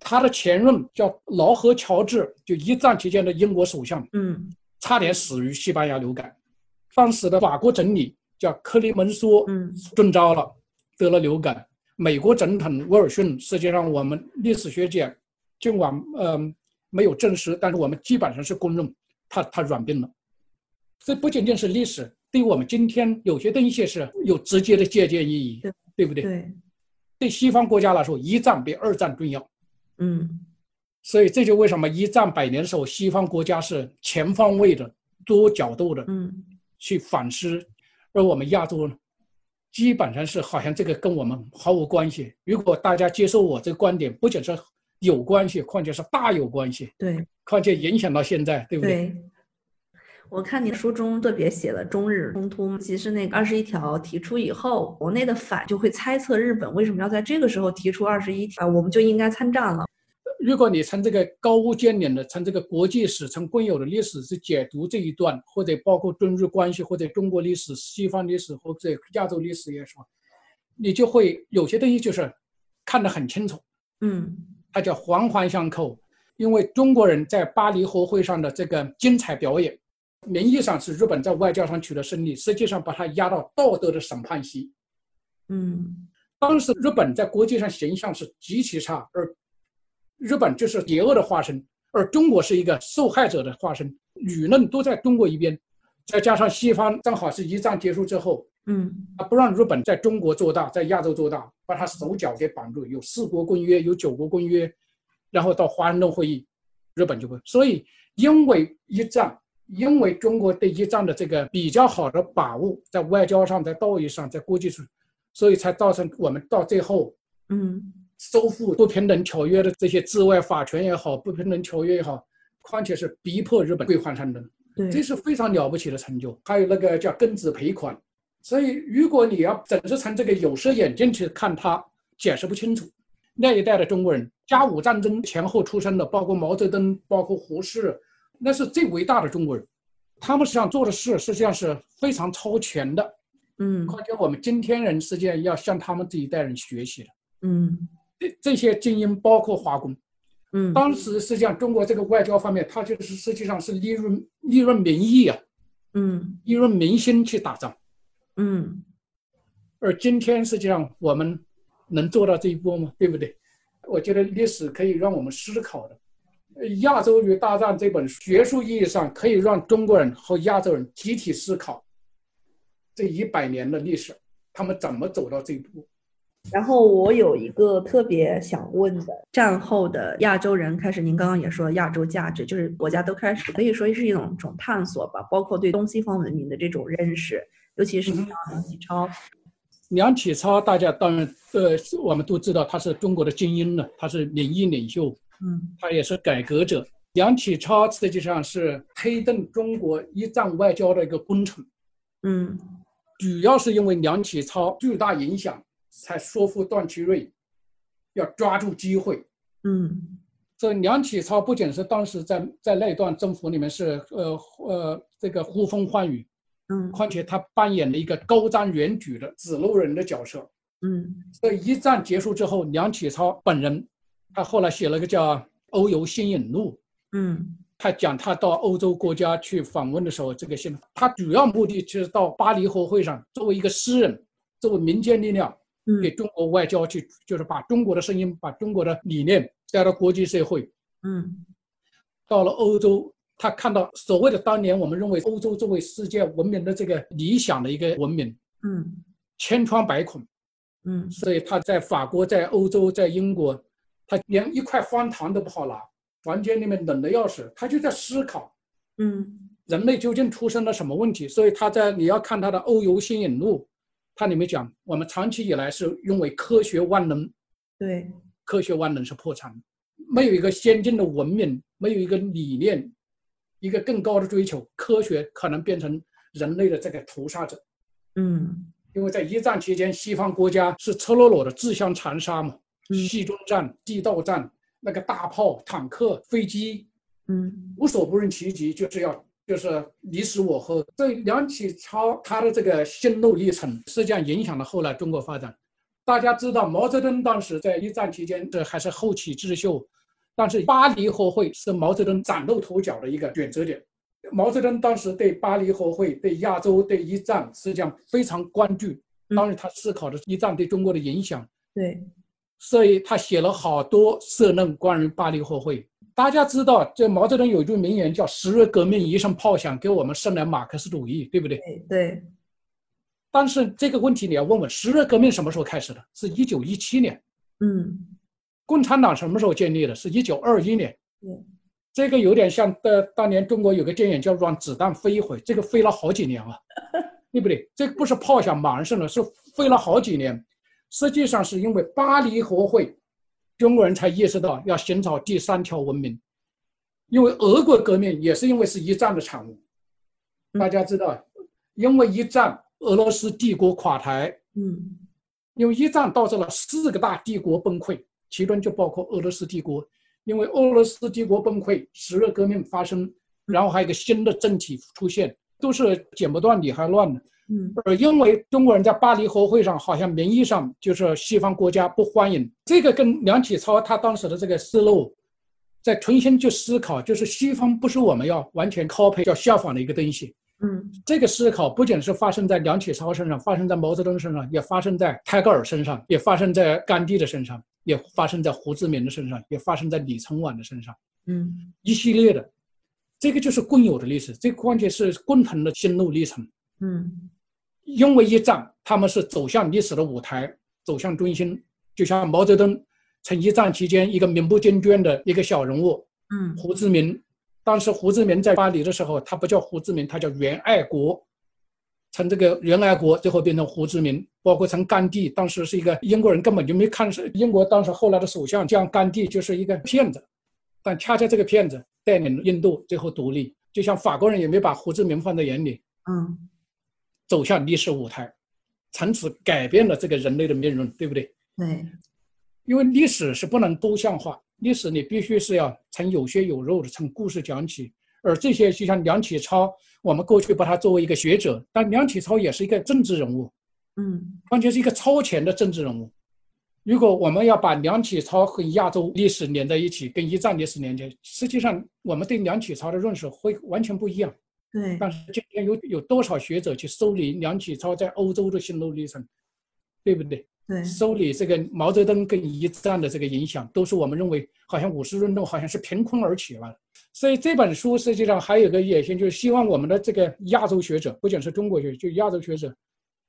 Speaker 2: 他的前任叫劳合乔治，就一战期间的英国首相，
Speaker 5: 嗯
Speaker 2: 差点死于西班牙流感。当时的法国总理叫克雷门梭，
Speaker 5: 嗯
Speaker 2: 中招了，得了流感。美国总统威尔逊，实际上我们历史学界尽管嗯、没有证实，但是我们基本上是公认他他软病了。这不仅仅是历史，对于我们今天有些东西是有直接的借鉴意义，
Speaker 5: 对
Speaker 2: 对不对？
Speaker 5: 对
Speaker 2: 对西方国家来说，一战比二战重要。
Speaker 5: 嗯
Speaker 2: 所以这就为什么一战百年的时候，西方国家是全方位的、多角度的
Speaker 5: 嗯
Speaker 2: 去反思，而我们亚洲呢，基本上是好像这个跟我们毫无关系。如果大家接受我这个观点，不仅是有关系，况且是大有关系，
Speaker 5: 对
Speaker 2: 况且影响到现在，对不对？
Speaker 5: 对。我看你书中特别写了中日冲突，其实那个二十一条提出以后，国内的反就会猜测日本为什么要在这个时候提出二十一条，我们就应该参战了。
Speaker 2: 如果你从这个高屋建瓴的、从这个国际史、从共有的历史去解读这一段，或者包括中日关系，或者中国历史、西方历史，或者亚洲历史也说，你就会有些东西就是看得很清楚。
Speaker 5: 嗯
Speaker 2: 它叫环环相扣。因为中国人在巴黎和会上的这个精彩表演，名义上是日本在外交上取得胜利，实际上把它压到道德的审判席。
Speaker 5: 嗯
Speaker 2: 当时日本在国际上形象是极其差，而日本就是邪恶的化身，而中国是一个受害者的化身，舆论都在中国一边，再加上西方正好是一战结束之后，
Speaker 5: 嗯
Speaker 2: 啊，不让日本在中国做大，在亚洲做大，把他手脚给绑住，有四国公约，有九国公约，然后到华盛顿会议，日本就会。所以，因为一战，因为中国对一战的这个比较好的把握，在外交上，在道义上，在国际上，所以才造成我们到最后
Speaker 5: 嗯
Speaker 2: 收复不平等条约的这些治外法权也好，不平等条约也好，况且是逼迫日本归还山东。
Speaker 5: 对
Speaker 2: 这是非常了不起的成就。还有那个叫庚子赔款，所以如果你要整是从这个有色眼镜去看它，解释不清楚。那一代的中国人，甲午战争前后出生的，包括毛泽东，包括胡适，那是最伟大的中国人。他们实际上做的事，实际上是非常超前的。
Speaker 5: 嗯
Speaker 2: 况且我们今天人实际上要向他们这一代人学习的。
Speaker 5: 嗯
Speaker 2: 这这些精英，包括华工，
Speaker 5: 嗯
Speaker 2: 当时实际上中国这个外交方面，它就是实际上是利润利润民意啊，
Speaker 5: 嗯
Speaker 2: 利润民心去打仗。
Speaker 5: 嗯
Speaker 2: 而今天实际上我们能做到这一步吗？对不对？我觉得历史可以让我们思考的。呃《亚洲与大战》这本书学术意义上可以让中国人和亚洲人集体思考这一百年的历史，他们怎么走到这一步。
Speaker 5: 然后我有一个特别想问的，战后的亚洲人开始，您刚刚也说亚洲价值，就是国家都开始可以说是一种种探索吧，包括对东西方文明的这种认识，尤其是像梁启超，
Speaker 2: 梁启超，大家当然呃，我们都知道他是中国的精英了，他是民意领袖，
Speaker 5: 嗯
Speaker 2: 他也是改革者。梁启超实际上是推动中国一战外交的一个工程。
Speaker 5: 嗯
Speaker 2: 主要是因为梁启超巨大影响，才说服段祺瑞要抓住机会。
Speaker 5: 嗯
Speaker 2: 所以梁启超不仅是当时在在那段政府里面是呃呃这个呼风唤雨，
Speaker 5: 嗯
Speaker 2: 况且他扮演了一个高瞻远瞩的指路人的角色。
Speaker 5: 嗯
Speaker 2: 所以一战结束之后，梁启超本人，他后来写了个叫《欧游新引录》，
Speaker 5: 嗯
Speaker 2: 他讲他到欧洲国家去访问的时候，这个信，他主要目的就是到巴黎和会上，作为一个诗人，作为民间力量，
Speaker 5: 嗯
Speaker 2: 给中国外交去，就是把中国的声音、把中国的理念带到国际社会。
Speaker 5: 嗯
Speaker 2: 到了欧洲，他看到所谓的当年我们认为欧洲作为世界文明的这个理想的一个文明，
Speaker 5: 嗯
Speaker 2: 千疮百孔，
Speaker 5: 嗯
Speaker 2: 所以他在法国、在欧洲、在英国，他连一块方糖都不好拿，房间里面冷的要死，他就在思考。
Speaker 5: 嗯
Speaker 2: 人类究竟出生了什么问题？所以他在你要看他的《欧游新引录》，它里面讲，我们长期以来是认为科学万能，
Speaker 5: 对
Speaker 2: 科学万能是破产的，没有一个先进的文明，没有一个理念，一个更高的追求，科学可能变成人类的这个屠杀者。
Speaker 5: 嗯
Speaker 2: 因为在一战期间，西方国家是赤裸裸的自相残杀嘛，
Speaker 5: 嗯
Speaker 2: 细中战、地道战，那个大炮、坦克、飞机
Speaker 5: 嗯
Speaker 2: 无所不用其极，就是要就是你死我活这梁启超他的这个心路历程，实际上影响了后来中国发展。大家知道，毛泽东当时在一战期间，这还是后起之秀，但是巴黎和会是毛泽东崭露头角的一个转折点。毛泽东当时对巴黎和会、对亚洲、对一战，实际上非常关注。当然，他思考的一战对中国的影响，
Speaker 5: 对，
Speaker 2: 所以他写了好多社论关于巴黎和会。大家知道，这毛泽东有一句名言叫“十月革命一声炮响，给我们生来马克思主义”，对不对？
Speaker 5: 对对，
Speaker 2: 但是这个问题你要问问，十月革命什么时候开始的？是一九一七年。
Speaker 5: 嗯，
Speaker 2: 共产党什么时候建立的？是一九二一年。
Speaker 5: 对
Speaker 2: 这个有点像呃，当年中国有个电影叫《让子弹飞一会》，这个飞了好几年啊，对不对？这个不是炮响马上上了，是飞了好几年。实际上是因为巴黎和会，中国人才意识到要寻找第三条文明，因为俄国革命也是因为是一战的产物。大家知道，因为一战，俄罗斯帝国垮台，
Speaker 5: 嗯
Speaker 2: 因为一战导致了四个大帝国崩溃，其中就包括俄罗斯帝国。因为俄罗斯帝国崩溃，十月革命发生，然后还有一个新的政体出现，都是剪不断理还乱的。
Speaker 5: 嗯
Speaker 2: 而因为中国人在巴黎和会上，好像名义上就是西方国家不欢迎，这个跟梁启超他当时的这个思路，在重新去思考，就是西方不是我们要完全 copy 要效仿的一个东西。
Speaker 5: 嗯
Speaker 2: 这个思考不仅是发生在梁启超身上，发生在毛泽东身上，也发生在泰戈尔身上，也发生在甘地的身上，也发生在胡志明的身上，也发生在李承晚的身上，
Speaker 5: 嗯
Speaker 2: 一系列的，这个就是共有的历史，这个关键是共同的心路历程。
Speaker 5: 嗯
Speaker 2: 因为一战，他们是走向历史的舞台，走向中心，就像毛泽东，从一战期间一个名不见传的一个小人物，
Speaker 5: 嗯
Speaker 2: 胡志明，当时胡志明在巴黎的时候，他不叫胡志明，他叫袁爱国，从这个袁爱国最后变成胡志明，包括从甘地，当时是一个英国人根本就没看是英国当时后来的首相，叫甘地就是一个骗子，但恰恰这个骗子带领印度最后独立，就像法国人也没把胡志明放在眼里，
Speaker 5: 嗯
Speaker 2: 走向历史舞台，从此改变了这个人类的命运，对不对？
Speaker 5: 对
Speaker 2: 因为历史是不能抽象化，历史你必须是要从有血有肉的从故事讲起。而这些就像梁启超，我们过去把他作为一个学者，但梁启超也是一个政治人物，
Speaker 5: 嗯
Speaker 2: 完全是一个超前的政治人物。如果我们要把梁启超和亚洲历史连在一起，跟一战历史连接，实际上我们对梁启超的认识会完全不一样。
Speaker 5: 对
Speaker 2: 但是今天有有多少学者去梳理梁启超在欧洲的心路历程，对不对？
Speaker 5: 对
Speaker 2: 梳理这个毛泽东跟一战的这个影响，都是我们认为好像五四运动好像是凭空而起了。所以这本书实际上还有个野心，就是希望我们的这个亚洲学者，不仅是中国学者，就亚洲学者，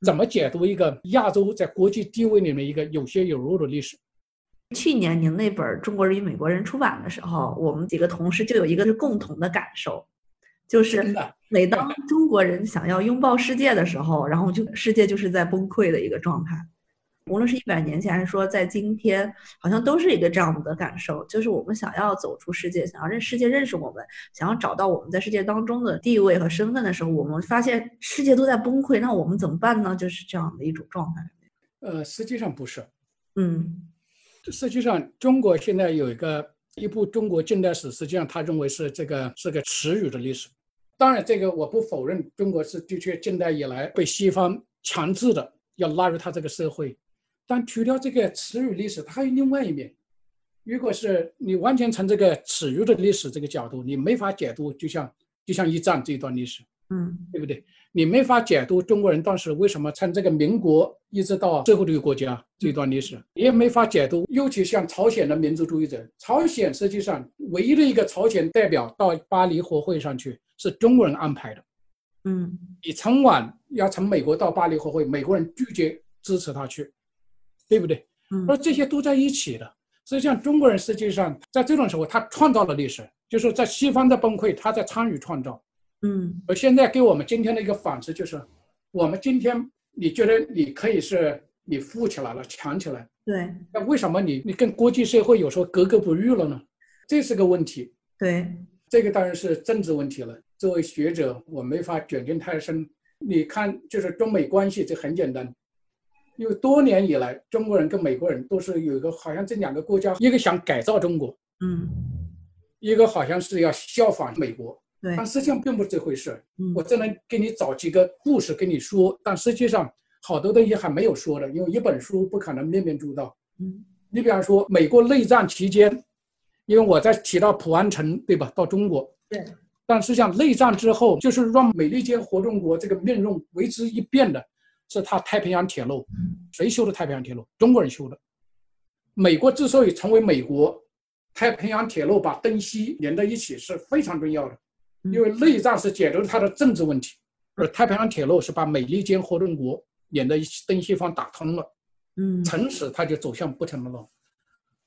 Speaker 2: 怎么解读一个亚洲在国际地位里面一个有血有肉的历史。
Speaker 5: 去年您那本《中国人与美国人》出版的时候，我们几个同事就有一个是共同的感受，就是
Speaker 2: 真的
Speaker 5: 每当中国人想要拥抱世界的时候，然后就世界就是在崩溃的一个状态。无论是一百年前，还是说在今天，好像都是一个这样的感受，就是我们想要走出世界，想要让世界认识我们，想要找到我们在世界当中的地位和身份的时候，我们发现世界都在崩溃，那我们怎么办呢？就是这样的一种状态。
Speaker 2: 呃，实际上不是，
Speaker 5: 嗯
Speaker 2: 实际上，中国现在有一个一部中国近代史，实际上他认为是这个是个耻辱的历史。当然，这个我不否认，中国是的确近代以来被西方强制的要纳入他这个社会。但除掉这个耻辱历史，它还有另外一面。如果是你完全从这个耻辱的历史这个角度，你没法解读，就像就像一战这一段历史，
Speaker 5: 嗯
Speaker 2: 对不对？你没法解读中国人当时为什么从这个民国一直到最后这个国家这段历史，也没法解读。尤其像朝鲜的民族主义者，朝鲜实际上唯一的一个朝鲜代表到巴黎和会上去是中国人安排的。
Speaker 5: 嗯
Speaker 2: 李承晚要从美国到巴黎和会，美国人拒绝支持他去，对不对？
Speaker 5: 嗯
Speaker 2: 而这些都在一起的。实际上，中国人实际上在这种时候，他创造了历史，就是在西方的崩溃，他在参与创造。
Speaker 5: 嗯
Speaker 2: 而现在给我们今天的一个反思就是，我们今天你觉得你可以是你富起来了、强起来，
Speaker 5: 对
Speaker 2: 那为什么你你跟国际社会有时候格格不入了呢？这是个问题，
Speaker 5: 对
Speaker 2: 这个当然是政治问题了。作为学者，我没法卷进太深。你看，就是中美关系，这很简单，因为多年以来，中国人跟美国人都是有一个，好像这两个国家，一个想改造中国，
Speaker 5: 嗯
Speaker 2: 一个好像是要效仿美国，
Speaker 5: 对
Speaker 2: 但实际上并不是这回事儿。
Speaker 5: 嗯
Speaker 2: 我只能给你找几个故事跟你说，但实际上好多东西还没有说的，因为一本书不可能面面俱到。
Speaker 5: 嗯
Speaker 2: 你比方说，美国内战期间，因为我在提到普安城，对吧？到中国，
Speaker 5: 对。
Speaker 2: 但实际上，内战之后，就是让美利坚合众国这个命运为之一变的，是它太平洋铁路。
Speaker 5: 嗯
Speaker 2: 谁修的太平洋铁路？中国人修的。美国之所以成为美国，太平洋铁路把东西连在一起是非常重要的，
Speaker 5: 嗯
Speaker 2: 因为内战是解决了它的政治问题，而太平洋铁路是把美利坚合众国连在一起，东西方打通了。
Speaker 5: 嗯
Speaker 2: 从此它就走向不同的路。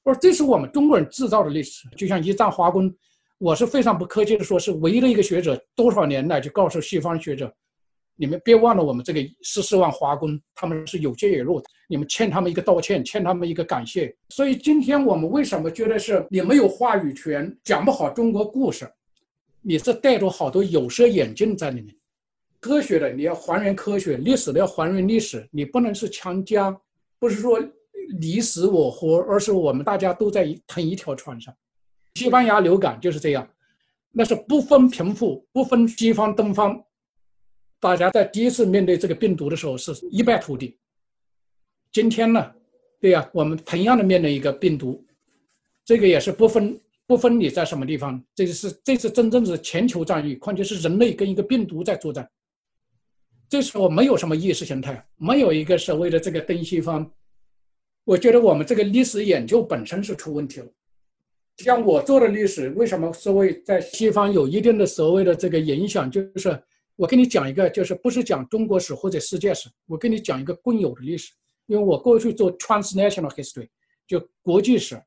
Speaker 2: 而这是我们中国人制造的历史，就像一战华工，我是非常不客气的说，是唯一的一个学者，多少年来就告诉西方学者，你们别忘了我们这个十四万华工，他们是有借有路，你们欠他们一个道歉，欠他们一个感谢。所以今天我们为什么觉得是你没有话语权，讲不好中国故事，你是带着好多有色眼镜在里面。科学的你要还原科学，历史的要还原历史，你不能是强加，不是说你死我活，而是我们大家都在一同一条船上。西班牙流感就是这样，那是不分贫富，不分西方东方，大家在第一次面对这个病毒的时候是一败涂地。今天呢，对呀、我们同样的面临一个病毒，这个也是不分不分你在什么地方，这个是这是真正的全球战役，况且是人类跟一个病毒在作战。这时候没有什么意识形态，没有一个所谓的这个东西方，我觉得我们这个历史研究本身是出问题了。像我做的历史，为什么所谓在西方有一定的所谓的这个影响？就是我跟你讲一个，就是不是讲中国史或者世界史，我跟你讲一个共有的历史，因为我过去做 transnational history，就国际史，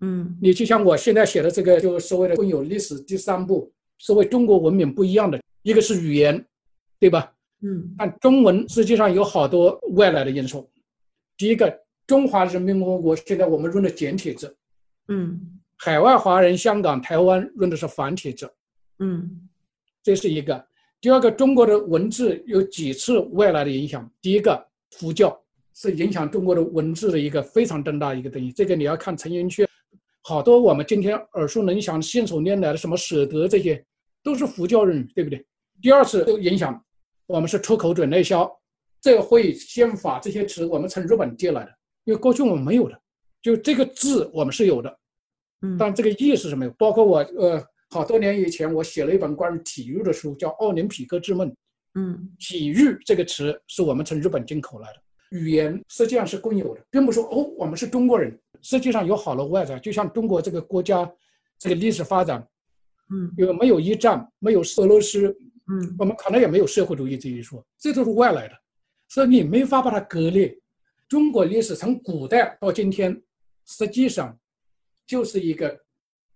Speaker 5: 嗯
Speaker 2: 你就像我现在写的这个，就是所谓的《共有历史》第三部，所谓中国文明不一样的，一个是语言，对吧？
Speaker 5: 嗯
Speaker 2: 但中文实际上有好多外来的因素。第一个，中华人民共和国现在我们用的简体字，
Speaker 5: 嗯
Speaker 2: 海外华人、香港、台湾用的是繁体字，
Speaker 5: 嗯
Speaker 2: 这是一个。第二个，中国的文字有几次外来的影响。第一个，佛教是影响中国的文字的一个非常重大的一个东西。这个你要看陈寅恪，好多我们今天耳熟能详、信手拈来的什么舍得这些，都是佛教人，对不对？第二次这个影响，我们是出口转内销，这会宪法这些词我们从日本借来的，因为过去我们没有的，就这个字我们是有的，
Speaker 5: 嗯
Speaker 2: 但这个意识是没有。包括我呃，好多年以前我写了一本关于体育的书，叫《奥林匹克之梦》。
Speaker 5: 嗯
Speaker 2: 体育这个词是我们从日本进口来的，语言实际上是共有的，并不是说哦我们是中国人，实际上有好多外在，就像中国这个国家这个历史发展，
Speaker 5: 嗯
Speaker 2: 因为没有一战，没有俄罗斯，
Speaker 5: 嗯
Speaker 2: 我们可能也没有社会主义这一说，这都是外来的，所以你没法把它割裂。中国历史从古代到今天，实际上就是一个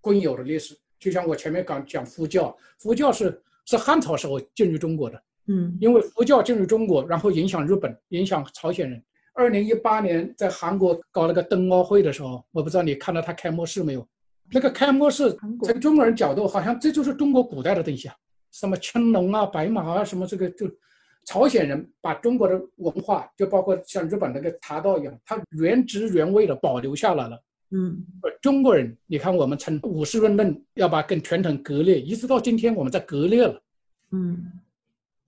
Speaker 2: 共有的历史。就像我前面讲讲佛教，佛教是是汉朝时候进入中国的，
Speaker 5: 嗯
Speaker 2: 因为佛教进入中国，然后影响日本，影响朝鲜人。二零一八年在韩国搞了个冬奥会的时候，我不知道你看到他开幕式没有？那个开幕式
Speaker 5: 韩，国
Speaker 2: 从中国人角度，好像这就是中国古代的东西啊，什么青龙啊、白马啊，什么这个就，朝鲜人把中国的文化，就包括像日本那个茶道一样，它原汁原味的保留下来了。
Speaker 5: 嗯
Speaker 2: 而中国人，你看我们从五四论论要把跟传统割裂，一直到今天我们在割裂了。
Speaker 5: 嗯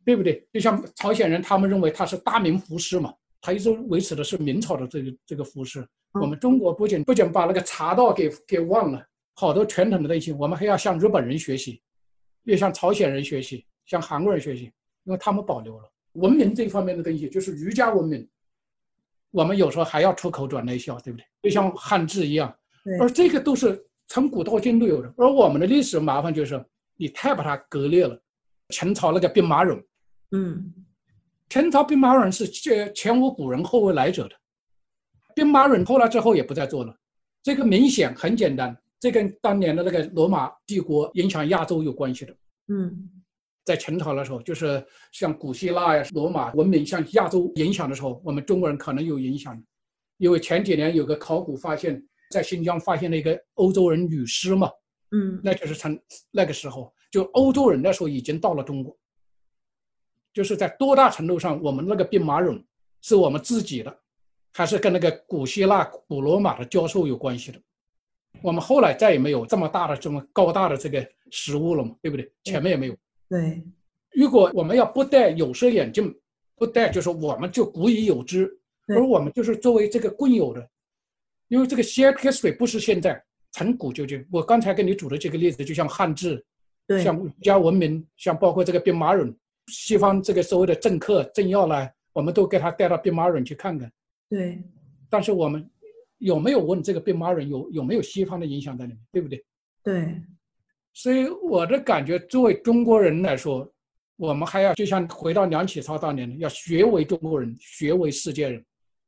Speaker 2: 对不对？就像朝鲜人，他们认为他是大明服饰嘛，他一直维持的是明朝的这个这个服饰。我们中国不仅不仅把那个茶道给给忘了，好多传统的东西，我们还要向日本人学习，也向朝鲜人学习，向韩国人学习，因为他们保留了文明这方面的东西，就是儒家文明。我们有时候还要出口转内销，对不对？就像汉字一样
Speaker 5: 对，
Speaker 2: 而这个都是从古到今都有的。而我们的历史麻烦就是你太把它割裂了，秦朝那个兵马俑。
Speaker 5: 嗯
Speaker 2: 陈朝兵马俑是前前无古人后无来者的，兵马俑后来之后也不再做了。这个明显很简单，这跟当年的那个罗马帝国影响亚洲有关系的。
Speaker 5: 嗯
Speaker 2: 在秦朝的时候，就是像古希腊呀、罗马文明向亚洲影响的时候，我们中国人可能有影响。因为前几年有个考古发现，在新疆发现了一个欧洲人女尸嘛，
Speaker 5: 嗯
Speaker 2: 那就是从那个时候，就欧洲人那时候已经到了中国，就是在多大程度上，我们那个兵马俑是我们自己的，还是跟那个古希腊、古罗马的教授有关系的？我们后来再也没有这么大的、这么高大的这个食物了嘛，对不对？前面也没有。
Speaker 5: 对，
Speaker 2: 如果我们要不戴有色眼镜，不戴，就是我们就古已有之，
Speaker 5: 对
Speaker 2: 而我们就是作为这个共有的，因为这个 shared history 不是现在，从古究今。我刚才跟你举的这个例子，就像汉字，
Speaker 5: 对，
Speaker 2: 像儒家文明，像包括这个兵马俑，西方这个所谓的政客、政要啦，我们都给他带到兵马俑去看看。
Speaker 5: 对，
Speaker 2: 但是我们有没有问这个兵马俑有有没有西方的影响在里面，对不对？
Speaker 5: 对，
Speaker 2: 所以我的感觉，作为中国人来说，我们还要就像回到梁启超当年的，要学为中国人，学为世界人。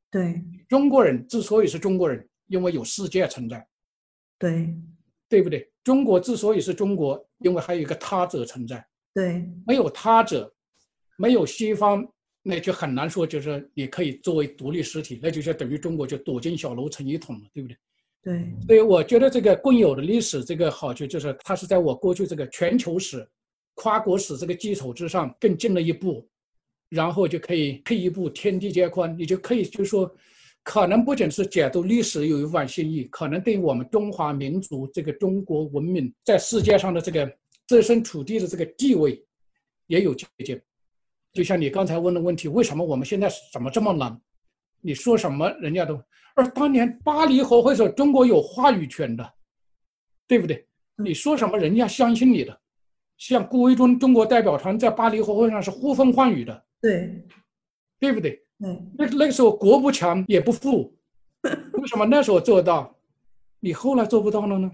Speaker 5: 对，
Speaker 2: 中国人之所以是中国人，因为有世界存在，
Speaker 5: 对，
Speaker 2: 对不对？中国之所以是中国，因为还有一个他者存在。
Speaker 5: 对，
Speaker 2: 没有他者，没有西方，那就很难说，就是你可以作为独立实体，那就是等于中国就躲进小楼成一统了，对不对？
Speaker 5: 对，
Speaker 2: 所以我觉得这个共有的历史这个好处就是，它是在我过去这个全球史、跨国史这个基础之上更进了一步，然后就可以退一步天地皆宽，你就可以就说，可能不仅是解读历史有一番新意，可能对于我们中华民族这个中国文明在世界上的这个设身处地的这个地位也有借鉴。就像你刚才问的问题，为什么我们现在怎么这么难？你说什么人家都。而当年巴黎和会所，中国有话语权的，对不对？你说什么，人家相信你的。像顾维钧中国代表团在巴黎和会上是呼风唤雨的，
Speaker 5: 对，
Speaker 2: 对不对？
Speaker 5: 对，
Speaker 2: 那那个时候国不强也不富，为什么那时候做到，你后来做不到了呢？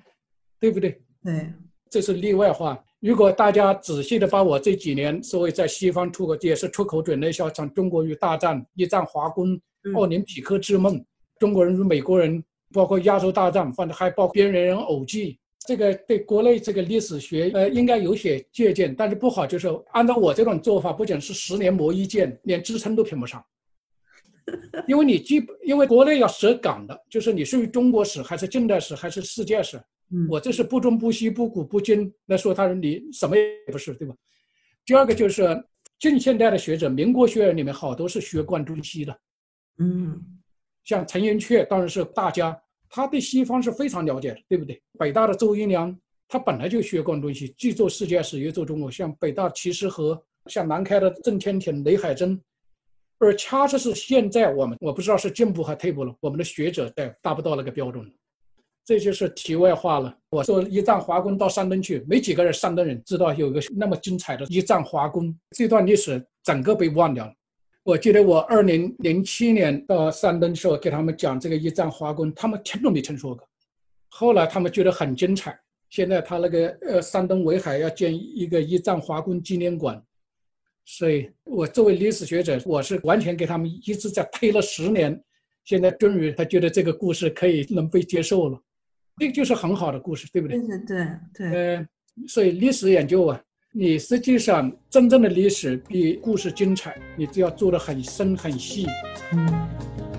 Speaker 2: 对不对？
Speaker 5: 对，
Speaker 2: 这是例外话。如果大家仔细的把我这几年所谓在西方出口，也是出口转内销，像中国与大战、一战华工、奥林匹克之梦、中国人与美国人，包括亚洲大战，反正还包括边缘人偶记，这个对国内这个历史学呃应该有些借鉴。但是不好就是按照我这种做法，不仅是十年磨一剑，连支撑都评不上。因为你基本，因为国内要舍港的，就是你属于中国史还是近代史还是世界史，
Speaker 5: 嗯，
Speaker 2: 我这是不忠不义不古不今来说他人，你什么也不是，对吧？第二个就是近现代的学者，民国学院里面好多是学贯中西的，
Speaker 5: 嗯，
Speaker 2: 像陈寅恪当然是大家，他对西方是非常了解的，对不对？北大的周英良，他本来就学贯中西，既做世界史，也做中国，像北大齐士和，像南开的郑天挺、雷海珍。而恰恰是现在我们，我不知道是进步还退步了，我们的学者在达不到那个标准。这就是题外话了。我说一战华工到山东去，没几个人山东人知道有个那么精彩的一战华工，这段历史整个被忘掉了。我记得我二零零七年到山东的时候，给他们讲这个一战华工，他们听都没听说过。后来他们觉得很精彩。现在他那个呃，山东威海要建一个一战华工纪念馆，所以我作为历史学者，我是完全给他们一直在推了十年，现在终于他觉得这个故事可以能被接受了。这个就是很好的故事，对不对
Speaker 5: 对？对对对
Speaker 2: 呃，所以历史研究啊，你实际上真正的历史比故事精彩，你只要做的很深很细。
Speaker 5: 嗯，